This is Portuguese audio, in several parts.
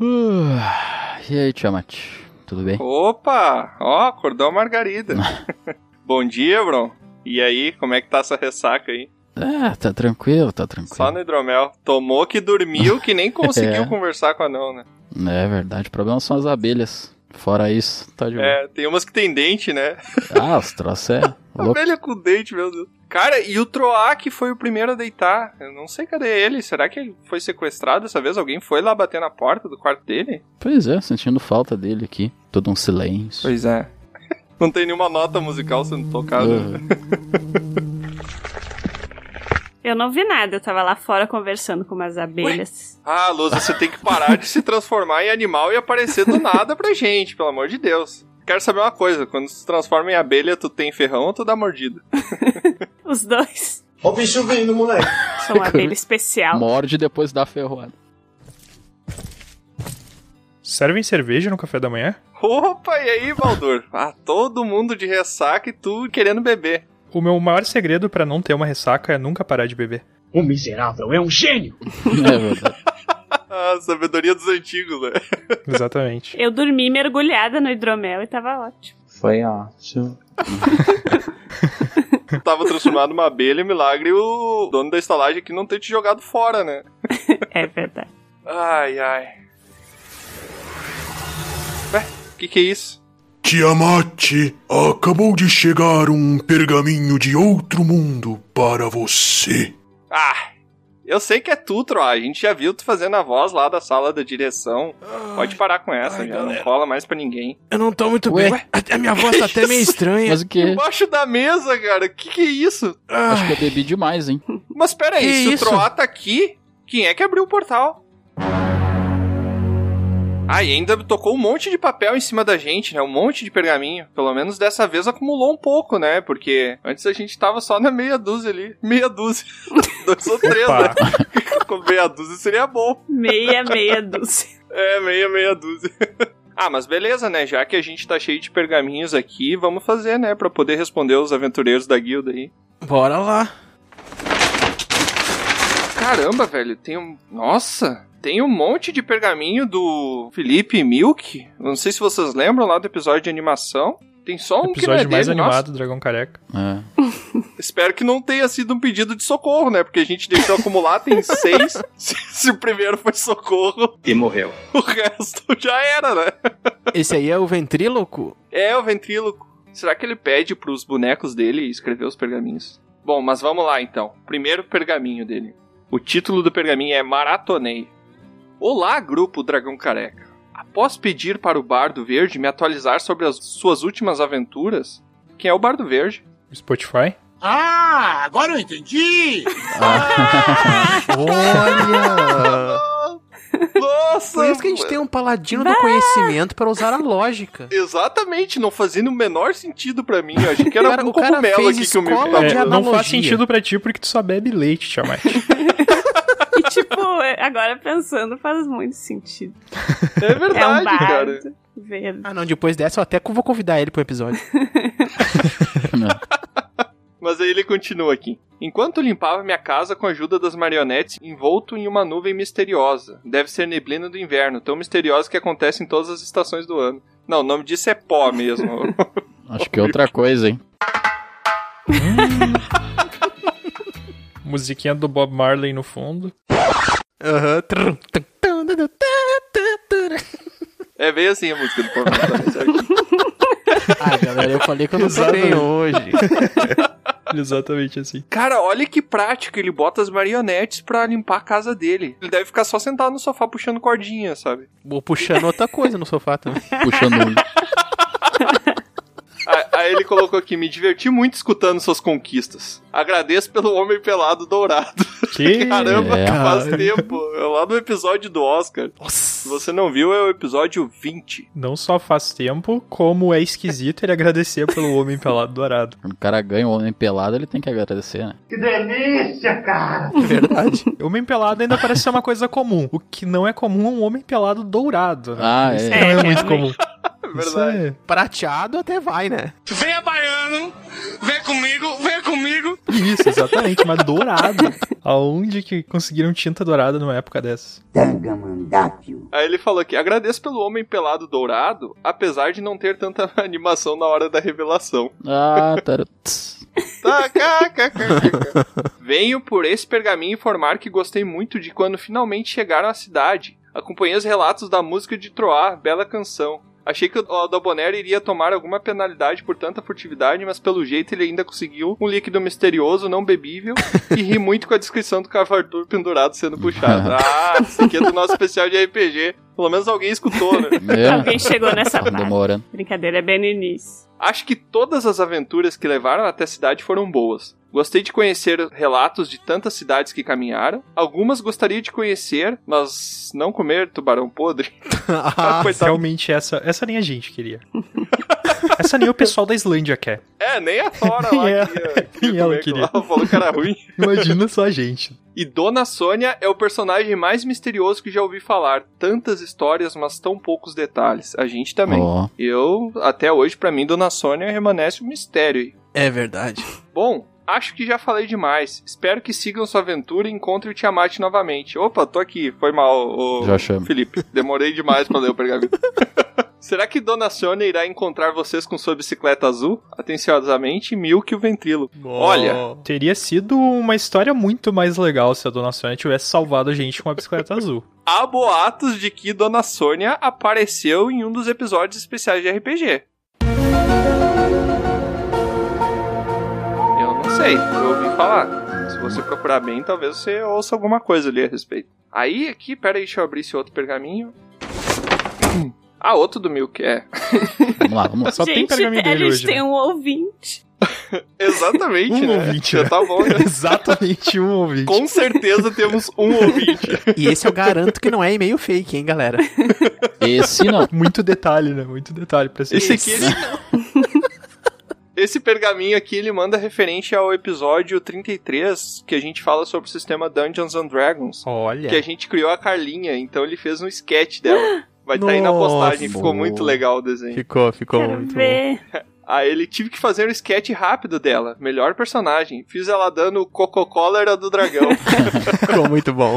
Uh, e aí, Tiamat? Tudo bem? Opa! Ó, cordão margarida. Bom dia, Bron. E aí, como é que tá essa ressaca aí? Ah, tá tranquilo, tá tranquilo. Só no hidromel. Tomou que dormiu que nem conseguiu É. conversar com a não, né? É verdade, o problema são as abelhas. Fora isso, tá de boa. É, tem umas que tem dente, né? Ah, os troços é louco. Abelha com dente, meu Deus. Cara, e o Troac foi o primeiro a deitar. Eu não sei cadê ele. Será que ele foi sequestrado dessa vez? Alguém foi lá bater na porta do quarto dele? Pois é, sentindo falta dele aqui. Todo um silêncio. Pois é. Não tem nenhuma nota musical sendo tocada. Ah, Eu não vi nada, eu tava lá fora conversando com umas abelhas. Ah, Luz, você tem que parar de se transformar em animal e aparecer do nada pra gente, pelo amor de Deus. Quero saber uma coisa, quando se transforma em abelha, tu tem ferrão ou tu dá mordida? Os dois Ó o bicho vindo, moleque. são abelha especial. Ah, morde e depois dá a ferroada. Servem cerveja no café da manhã? Opa, e aí, Baldur? Ah, todo mundo de ressaca e tu querendo beber. O meu maior segredo pra não ter uma ressaca é nunca parar de beber. O miserável é um gênio. É verdade. Ah, sabedoria dos antigos, né? Exatamente. Eu dormi mergulhada no hidromel e tava ótimo. Foi ótimo. Tava transformado numa abelha, milagre, e o dono da estalagem aqui não ter te jogado fora, né? É verdade. Ai, ai. Ué, o que que é isso? Tiamat, acabou de chegar um pergaminho de outro mundo para você. Ah, eu sei que é tu, Troa. A gente já viu tu fazendo a voz lá da sala da direção. Pode parar com essa, ai, já não galera. cola mais pra ninguém. Eu não tô muito Ué? bem. A, a minha voz tá até meio estranha. Mas o que? Embaixo da mesa, cara, que que é isso? Ah, Acho que eu bebi demais, hein? Mas pera aí, Que se isso? o Troá tá aqui, quem é que abriu o portal? Ah, e ainda tocou um monte de papel em cima da gente, né? Um monte de pergaminho. Pelo menos dessa vez acumulou um pouco, né? Porque antes a gente tava só na meia dúzia ali. Meia dúzia. Dois ou três, Opa. né? Com meia dúzia seria bom. Meia, meia dúzia. É, meia, meia dúzia. ah, mas beleza, né? Já que a gente tá cheio de pergaminhos aqui, vamos fazer, né? Pra poder responder os aventureiros da guilda aí. bora lá. Caramba, velho, tem um. Nossa! Tem um monte de pergaminho do Felipe Milk. Não sei se vocês lembram lá do episódio de animação. Tem só um que não é Episódio mais dele, nossa. animado do Dragão Careca. É. Espero que não tenha sido um pedido de socorro, né? Porque a gente deixou acumular, tem seis. Se, se o primeiro foi socorro, E morreu. o resto já era, né? Esse aí é o ventríloco? É, o ventríloco. Será que ele pede pros bonecos dele escrever os pergaminhos? Bom, mas vamos lá então. Primeiro pergaminho dele. O título do pergaminho é Maratonei. Olá, grupo Dragão Careca. Após pedir para o Bardo Verde me atualizar sobre as suas últimas aventuras, quem é o Bardo Verde? Spotify. Ah, agora eu entendi. Olha! Nossa! Por isso que a gente tem um paladino do conhecimento para usar a lógica. Exatamente, não fazia o menor sentido pra mim. Eu achei que era Cara, um o cara cogumelo fez aqui que o meu escola tava de dando. É, não faz analogia. sentido pra ti porque tu só bebe leite, Tiamat. E tipo, agora pensando faz muito sentido. É É um verdade, cara. bardo. Verde. Ah, não, depois dessa eu até vou convidar ele pro episódio. Mas aí ele continua aqui. Enquanto limpava minha casa com a ajuda das marionetes, envolto em uma nuvem misteriosa. Deve ser neblina do inverno, tão misteriosa que acontece em todas as estações do ano. Não, o nome disso é pó mesmo. Acho que é outra coisa, hein? Musiquinha do Bob Marley no fundo. Aham. Trum, tum, tum, tum, tum, tum, tum. é bem assim a música do pó. mesmo, sabe? Ah, galera, eu falei que eu não tô bem hoje. Exatamente assim. Cara, olha que prático, ele bota as marionetes pra limpar a casa dele. Ele deve ficar só sentado no sofá puxando cordinha, sabe? Vou puxando outra coisa no sofá também. Puxando um. A- Aí ele colocou aqui, me diverti muito escutando suas conquistas. Agradeço pelo homem pelado dourado. Que... Caramba, É. faz tempo. É Lá no episódio do Oscar. Se Nossa. você não viu, é o episódio 20. Não só faz tempo, como é esquisito ele agradecer pelo homem pelado dourado. O cara ganha o homem pelado, ele tem que agradecer, né? Que delícia, cara. é Verdade. O homem pelado ainda parece ser uma coisa comum. O que não é comum é um homem pelado dourado. né? Ah, Isso é. não é, É, muito realmente. comum. Isso verdade. é- Prateado até vai, né? Venha baiano, vem comigo, vem comigo. Isso, exatamente, mas dourado. Aonde que conseguiram tinta dourada numa época dessas? Aí ele falou aqui: agradeço pelo homem pelado dourado, apesar de não ter tanta animação na hora da revelação. Ah, taru... tss. Tá, cá, cá, cá, cá, cá. Venho por esse pergaminho informar que gostei muito de quando finalmente chegaram à cidade. Acompanhei os relatos da música de Troar, bela canção. Achei que o Adalbonero iria tomar alguma penalidade por tanta furtividade, mas pelo jeito ele ainda conseguiu um líquido misterioso, não bebível, e ri muito com a descrição do Cavartur pendurado sendo puxado. Ah, isso aqui é do nosso especial de RPG. Pelo menos alguém escutou, né? É, Alguém chegou nessa tá parte. demorando. Brincadeira, é Beninis. Acho que todas as aventuras que levaram até a cidade foram boas. Gostei de conhecer relatos de tantas cidades que caminharam. Algumas gostaria de conhecer, mas não comer tubarão podre. Ah, Coitado. Realmente, essa, essa nem a gente queria. Essa nem o pessoal da Islândia quer. É, nem a Thora Nem lá ela- queria, nem comer ela queria. aquilo lá, Falou que era ruim. Imagina só a gente. E Dona Sônia é o personagem mais misterioso que já ouvi falar. Tantas histórias, mas tão poucos detalhes. A gente também. Ó, Eu, até hoje, pra mim, Dona Sônia permanece um mistério aí. é verdade. Bom, acho que já falei demais. Espero que sigam sua aventura e encontrem o Tiamat novamente. Opa, tô aqui. Foi mal, ô, já chamo. Felipe. Demorei demais pra ler o pergaminho. Será que Dona Sônia irá encontrar vocês com sua bicicleta azul? Atenciosamente, Milk o Ventrilo. Olha. Teria sido uma história muito mais legal se a Dona Sônia tivesse salvado a gente com a bicicleta azul. Há boatos de que Dona Sônia apareceu em um dos episódios especiais de RPG. Eu não sei, eu ouvi falar. Se você procurar bem, talvez você ouça alguma coisa ali a respeito. Aí, aqui, pera aí, deixa eu abrir esse outro pergaminho. Ah, outro do Milk, é. Vamos lá, vamos lá. Só tem gente, pergaminho a dele gente hoje, tem né? um ouvinte. Exatamente, Um né? ouvinte, Já né? tá bom, né? Exatamente um ouvinte. Com certeza temos um ouvinte. E esse eu garanto que não é e-mail fake, hein, galera? Esse não. Muito detalhe, né? Muito detalhe pra ser. Esse aqui, ele... Esse pergaminho aqui, ele manda referência ao episódio 33, que a gente fala sobre o sistema Dungeons and Dragons, Olha. que a gente criou a Carlinha, então ele fez um sketch dela. Vai estar aí na Nossa. postagem, ficou muito legal o desenho. Ficou, ficou Quero muito. ver. Aí ele tive que fazer um sketch rápido dela, melhor personagem. Fiz ela dando o cococólera do dragão. Ficou muito bom.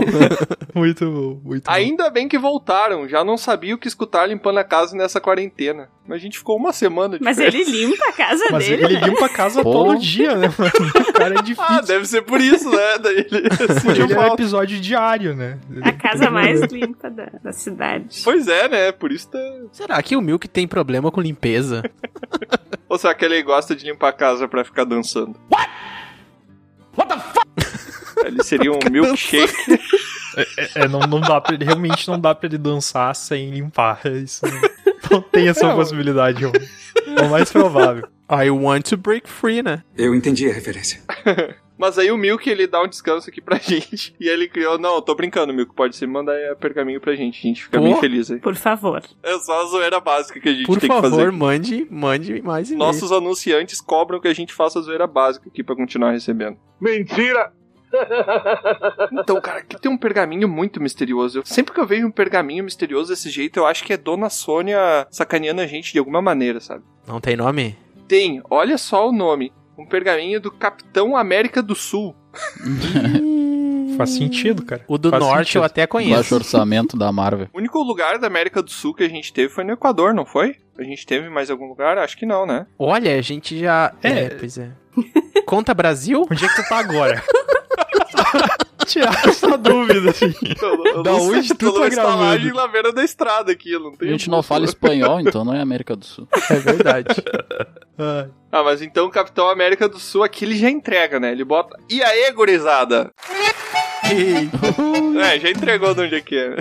Muito bom, muito bom. Ainda bem que voltaram, já não sabia o que escutar limpando a casa nessa quarentena. Mas a gente ficou uma semana de Mas férias. ele limpa a casa Mas dele. ele limpa a casa Pô. todo dia, né, mano? O cara é difícil. Ah, deve ser por isso, né? Daí ele sentiu Ele é um falta. episódio diário, né? A casa mais limpa da, da cidade. Pois é, né? Por isso tá... Será que o Milk tem problema com limpeza? Ou será que ele gosta de limpar a casa pra ficar dançando? What? What the fuck? Ele seria um milkshake. É, não, não dá pra ele, realmente não dá pra ele dançar sem limpar. é Isso não, não tem essa possibilidade, João. É o mais provável. I want to break free, né? Eu entendi a referência. Mas aí o Milk, ele dá um descanso aqui pra gente. E aí ele criou... Não, tô brincando, Milk. Pode se mandar aí a pergaminho pra gente. A gente fica Pô. bem feliz aí. Por favor. É só a zoeira básica que a gente Por tem que favor, fazer. mande, mande mais e-mail. Nossos anunciantes cobram que a gente faça a zoeira básica aqui pra continuar recebendo. Mentira! Então, cara, aqui tem um pergaminho muito misterioso. Eu- sempre que eu vejo um pergaminho misterioso desse jeito, eu acho que é Dona Sônia sacaneando a gente de alguma maneira, sabe? Não tem nome? Tem, olha só o nome. Um pergaminho do Capitão América do Sul. Faz sentido, cara. O do Faz norte sentido. eu até Baixo conheço. orçamento da Marvel. O único lugar da América do Sul que a gente teve foi no Equador, não foi? A gente teve mais algum lugar? Acho que não, né? Olha, a gente já. É, É. pois é. Conta Brasil? Onde é que tu tá agora? Tirar essa dúvida, assim. Então, Da onde tu tá estalagem gravando? na beira da estrada aquilo. Não A tem gente não fala espanhol, então não é América do Sul. É verdade. Ah, Ah, mas então o Capitão América do Sul aqui ele já entrega, né? Ele bota. E aí, gurizada? É, já entregou de onde é que é.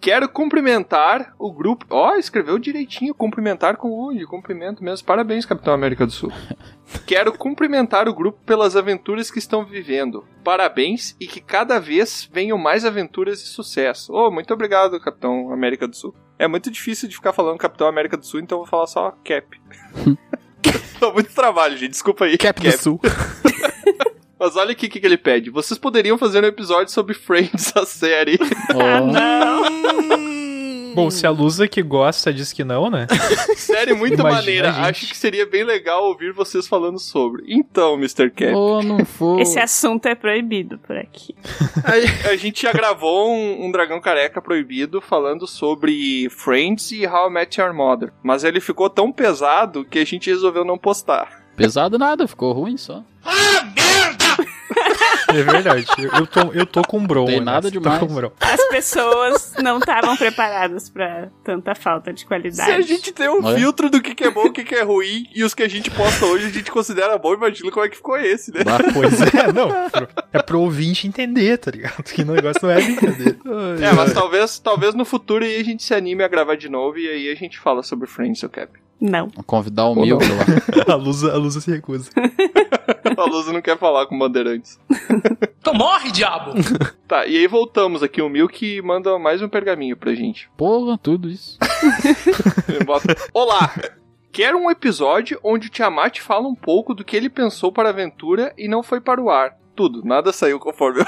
Quero cumprimentar o grupo. Ó, escreveu direitinho, cumprimentar com U de cumprimento mesmo. Parabéns, Capitão América do Sul. Quero cumprimentar o grupo pelas aventuras que estão vivendo. Parabéns e que cada vez venham mais aventuras e sucesso. Oh, muito obrigado, Capitão América do Sul. É muito difícil de ficar falando Capitão América do Sul, então eu vou falar só Cap. Dá muito trabalho, gente. Desculpa aí. Cap do Sul. Mas olha aqui o que, que ele pede. Vocês poderiam fazer um episódio sobre Friends, a série. Ó, Hum. Não. Bom, se a Lusa que gosta diz que não, né? Série muito Imagina, maneira. gente. Acho que seria bem legal ouvir vocês falando sobre. Então, Mr. Cap, Ou não for. Esse assunto é proibido por aqui. a gente já gravou um, um Dragão Careca Proibido falando sobre Friends e How I Met Your Mother. Mas ele ficou tão pesado que a gente resolveu não postar. Pesado nada, ficou ruim só. É verdade. Eu, eu tô, eu tô com bron. Tem né? nada demais. Tô com bron. As pessoas não estavam preparadas pra tanta falta de qualidade. Se a gente tem um É. filtro do que, que é bom, o que, que é ruim, e os que a gente posta hoje a gente considera bom, imagina como é que ficou esse, né? Bah, Pois é, não. pro- É pro ouvinte entender, tá ligado? Que o negócio não é de entender. É, mas talvez, talvez no futuro aí a gente se anime a gravar de novo e aí a gente fala sobre Friends, seu Cap. Não. vou convidar o Ou Milk lá. A Lusa, a Lusa se recusa. A Lusa não quer falar com o Bandeirantes. Então morre, diabo! Tá, e aí voltamos aqui. O Milk manda mais um pergaminho pra gente. Porra, tudo isso. Ele bota, Olá! Quero um episódio onde o Tiamat fala um pouco do que ele pensou para a aventura e não foi para o ar. Tudo, nada saiu conforme eu.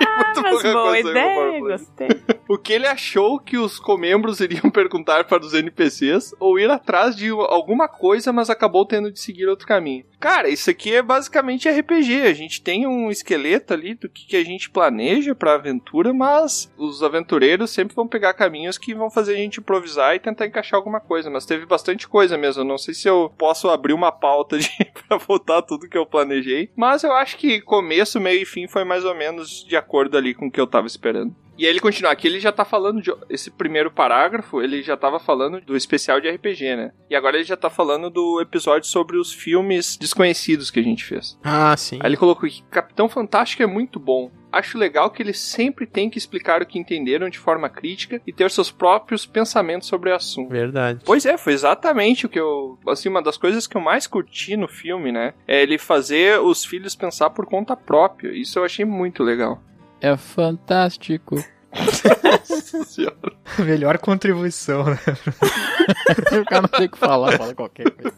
Ah, mas pouca boa coisa, ideia, eu vou- gostei. O que ele achou que os comembros iriam perguntar para os NPCs ou ir atrás de alguma coisa, mas acabou tendo de seguir outro caminho. Cara, isso aqui é basicamente RPG. A gente tem um esqueleto ali do que, que a gente planeja para a aventura, mas os aventureiros sempre vão pegar caminhos que vão fazer a gente improvisar e tentar encaixar alguma coisa. Mas teve bastante coisa mesmo. Eu Não sei se eu posso abrir uma pauta de pra voltar tudo que eu planejei, mas eu acho que começo, meio e fim foi mais ou menos de acordo ali com o que eu tava esperando. E aí ele continua, aqui ele já tá falando de. Esse primeiro parágrafo, ele já tava falando do especial de RPG, né? E agora ele já tá falando do episódio sobre os filmes desconhecidos que a gente fez. Ah, sim. Aí ele colocou que Capitão Fantástico é muito bom. Acho legal que eles sempre têm que explicar o que entenderam de forma crítica e ter seus próprios pensamentos sobre o assunto. Verdade. Pois é, foi exatamente o que eu. Assim, uma das coisas que eu mais curti no filme, né? É ele fazer os filhos pensar por conta própria. Isso eu achei muito legal. É fantástico. Melhor contribuição, né? o cara não tem o que falar, fala qualquer coisa.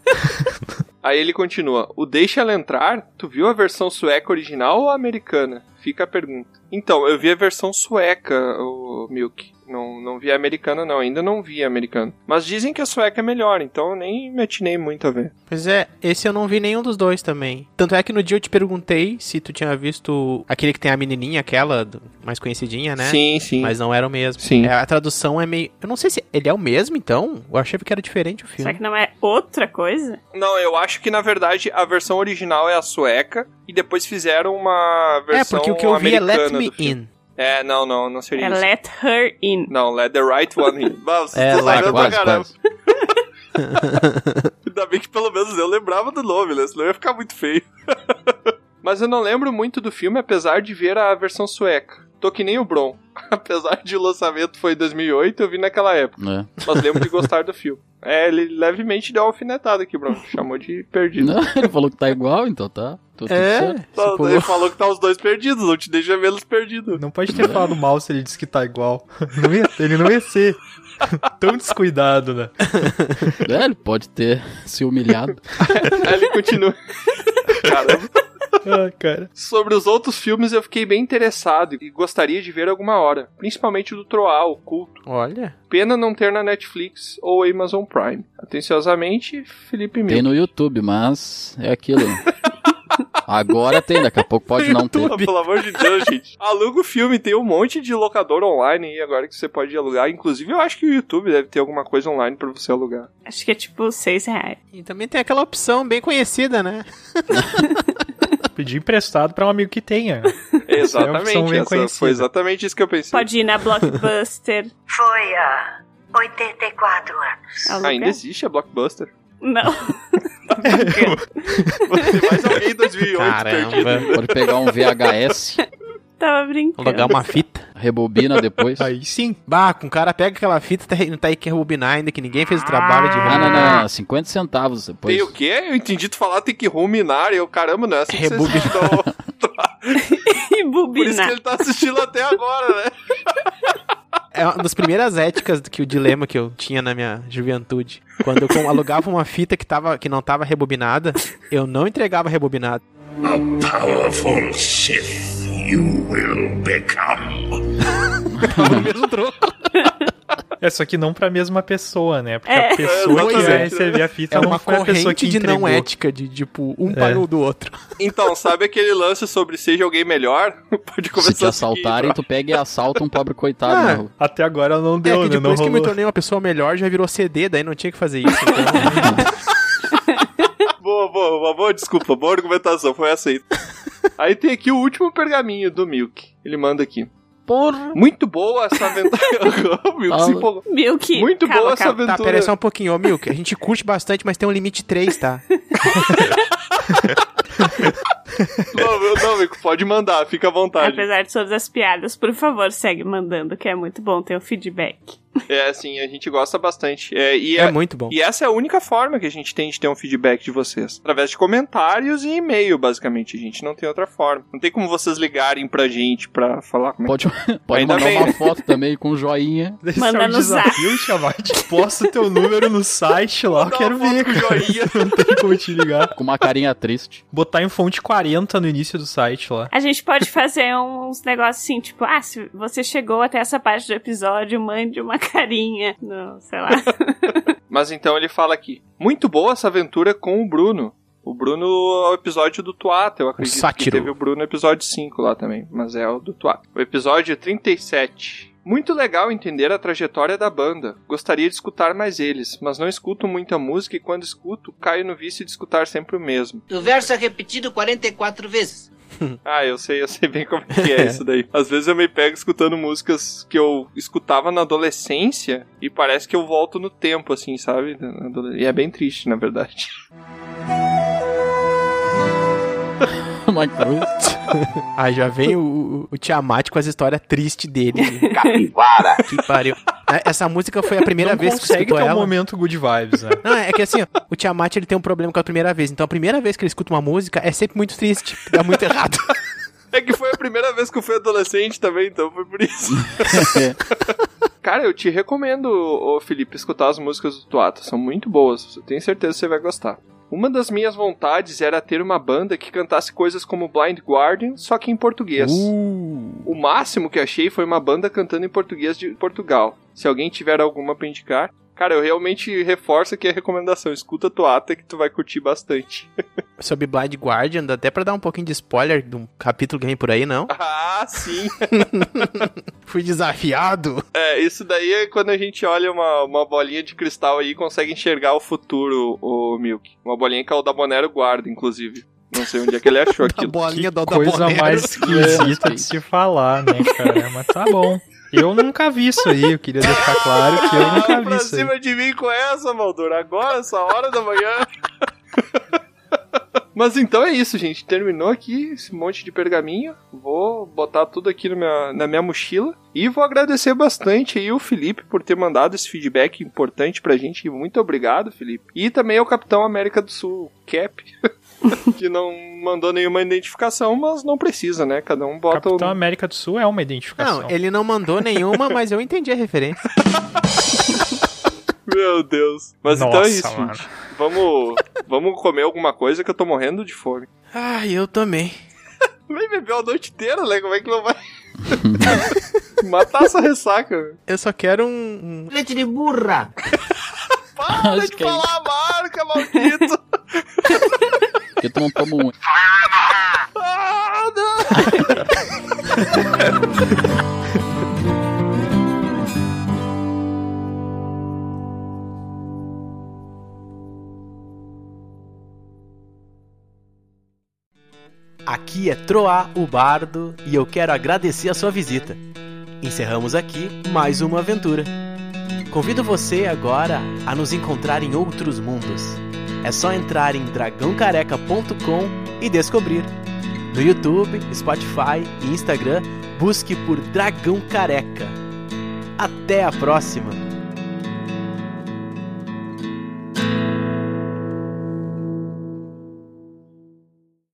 Aí ele continua: O Deixa Ela Entrar, tu viu a versão sueca original ou americana? Fica a pergunta. Então, eu vi a versão sueca, o Milk. Não, não vi a americana, não. Ainda não vi a americana. Mas dizem que a sueca é melhor, então eu nem me atinei muito a ver. Pois é, esse eu não vi nenhum dos dois também. Tanto é que no dia eu te perguntei se tu tinha visto aquele que tem a menininha, aquela do- mais conhecidinha, né? Sim, sim. Mas não era o mesmo. Sim. É, a tradução é meio. Eu não sei se. Ele é o mesmo, então? Eu achei que era diferente o Será filme. que não é outra coisa? Não, eu acho que na verdade a versão original é a sueca e depois fizeram uma É, versão porque o que eu vi é Let americana Me do filme. In. É, não, não, não seria É isso. Let Her In. Não, Let the Right One In. Nossa, É, tô lá, sabendo tá pra quase, caramba. quase. Ainda bem que pelo menos eu lembrava do nome, né? Senão ia ficar muito feio. Mas eu não lembro muito do filme, apesar de ver a versão sueca. Tô que nem o Bron. Apesar de o lançamento foi em 2008, eu vi naquela época. É. Mas lembro de gostar do filme. É, ele levemente deu uma alfinetada aqui, Bron. Chamou de perdido. Não, ele falou que tá igual, então tá. Tô tudo É? certo. Tá, Você pulou. ele falou que tá os dois perdidos, não te deixa vê-los perdidos. Não pode ter falado mal se ele disse que tá igual. Não ia- ele não ia ser tão descuidado, né? É, ele pode ter se humilhado. Aí ele continua. Caramba. Ah, cara. Sobre os outros filmes, eu fiquei bem interessado e gostaria de ver alguma hora. Principalmente o do Troal, o Culto. Olha. Pena não ter na Netflix ou Amazon Prime. Atenciosamente, Felipe Tem Mil. no YouTube, mas é aquilo. Agora tem, daqui a pouco pode não ter. Ah, Pelo amor de Deus, gente. Aluga o filme, tem um monte de locador online aí agora que você pode alugar. Inclusive, eu acho que o YouTube deve ter alguma coisa online pra você alugar. Acho que é tipo seis reais. E também tem aquela opção bem conhecida, né? Pedir emprestado pra um amigo que tenha. opção Exatamente. bem essa- conhecida. foi exatamente isso que eu pensei. Pode ir na Blockbuster. Foi há 84 anos. alugar. Ainda existe a Blockbuster. Não. Você mais alguém em 2008 perdido. Caramba. Pode pegar um VHS, Tava brincando. Alugar uma fita. rebobina depois. Aí sim. Bah, com o cara pega aquela fita e não tá aí que rebobinar ainda, que ninguém fez o trabalho de Ah, não, rebobinar. não, não, 50 centavos depois. Tem o quê? Eu entendi tu falar tem que ruminar. E eu, caramba, não é assim que vocês Rebubinar. estão. E Por isso que bobinar. ele tá assistindo até agora, né? É uma das primeiras éticas do que o dilema que eu tinha na minha juventude. Quando eu com- alugava uma fita que, tava, que não tava rebobinada, eu não entregava rebobinada. Powerful Sith you will become. Primeiro troco. É É, só que não pra mesma pessoa, né? Porque É. a pessoa que Pois vai é. receber a fita É não uma Então, foi a pessoa que corrente de entregou. não ética, de tipo, É. um para o do outro. Então, sabe aquele lance sobre seja alguém melhor? Pode começar Se te assaltarem, tu pega e assalta um pobre coitado Ah. na rua. Até agora não deu, é que né? Não depois que eu me rolou. tornei uma pessoa melhor, já virou CD, daí não tinha que fazer isso. Então, Ah, Boa, boa, uma boa desculpa, boa argumentação, foi aceito. Aí tem aqui o último pergaminho do Milk. Ele manda aqui. Porra! Muito boa essa aventura. o Milk se Fala. empolgou. Milk. Muito calma, boa essa calma. aventura. tá, pera aí só um pouquinho, ô Milk. A gente curte bastante, mas tem um limite 3, tá? um Não, meu- não, Mico, pode mandar, fica à vontade. Apesar de todas as piadas, por favor, segue mandando, que é muito bom ter o feedback. É assim, a gente gosta bastante. É, e, É, é- muito bom. e essa é a única forma que a gente tem de ter um feedback de vocês. Através de comentários e e-mail, basicamente. A gente não tem outra forma. Não tem como vocês ligarem pra gente pra falar como é Pode, pode Ainda mandar bem, né? uma foto também com um joinha. Esse Manda é um no desafio, Tiamat. Posta teu número no site lá, eu Dá quero uma ver, foto com cara. joinha. Não tem como te ligar. Com uma carinha triste. Botar em fonte 40 no início do site lá. A gente pode fazer uns negócios assim, tipo, ah, se você chegou até essa parte do episódio, mande uma carinha. Não, sei lá. Mas então ele fala aqui: muito boa essa aventura com o Bruno. O Bruno é o episódio do Tuata, eu acredito que sátiro. teve o Bruno no episódio 5 lá também, mas é o do Tuata. O episódio 37. Muito legal entender a trajetória da banda. Gostaria de escutar mais eles, mas não escuto muita música e quando escuto, caio no vício de escutar sempre o mesmo. O verso é repetido 44 vezes. Ah, eu sei, eu sei bem como é que é isso daí. Às vezes eu me pego escutando músicas que eu escutava na adolescência e parece que eu volto no tempo, assim, sabe? Na adole- E é bem triste, na verdade. Uma coisa. Aí Ah, já vem o, o- o Tiamat com as histórias tristes dele. Capivara. que pariu. É, Essa música foi a primeira não vez que consegue escutou ter um ela. momento good vibes, né? Não, é que assim, ó, o Tiamat ele tem um problema com a primeira vez. Então a primeira vez que ele escuta uma música é sempre muito triste, dá muito errado. É que foi a primeira vez que eu fui adolescente também, então foi por isso. Cara, eu te recomendo, ô Felipe, escutar as músicas do Tuata. São muito boas. Eu tenho certeza que você vai gostar. Uma das minhas vontades era ter uma banda que cantasse coisas como Blind Guardian, só que em português. Uh, O máximo que achei foi uma banda cantando em português de Portugal. Se alguém tiver alguma pra indicar. Cara, eu realmente reforço aqui a recomendação. Escuta Tuata que tu vai curtir bastante. sobre Blind Guardian, dá até pra dar um pouquinho de spoiler de um capítulo que vem por aí, não? Ah, sim! Fui desafiado. É, isso daí é quando a gente olha uma, uma bolinha de cristal aí e consegue enxergar o futuro, o Milk. Uma bolinha que é o Dabonero guarda, inclusive. Não sei onde é que ele achou A aquilo. bolinha do Coisa Aldabonero. É. mais esquisita de se falar, né, cara? Mas tá bom. Eu nunca vi isso aí, eu queria deixar claro que eu nunca Ah, vi pra isso aí. cima de mim com essa, Maldura. Agora, essa hora da manhã. Mas então é isso, gente. Terminou aqui esse monte de pergaminho. Vou botar tudo aqui no minha- na minha mochila. E vou agradecer bastante aí o Felipe por ter mandado esse feedback importante pra gente. Muito obrigado, Felipe. E também ao Capitão América do Sul, o Cap, que não mandou nenhuma identificação, mas não precisa, né? Cada um bota o Capitão América do Sul é uma identificação. Não, ele não mandou nenhuma, mas eu entendi a referência. Meu Deus. Mas Nossa, então é isso, mano. gente. Vamos, vamos comer alguma coisa que eu tô morrendo de fome. Ah, eu também. Nem bebeu a noite inteira, né? Como é que não vai? Matar essa ressaca. Eu só quero um. um- Leite de burra. Para Acho de que é falar a marca, maldito. Porque tu não toma um. ah, não. Aqui é Troá, o Bardo, e eu quero agradecer a sua visita. Encerramos aqui mais uma aventura. Convido você agora a nos encontrar em outros mundos. É só entrar em dragãocareca.com e descobrir. No YouTube, Spotify e Instagram, busque por Dragão Careca. Até a próxima!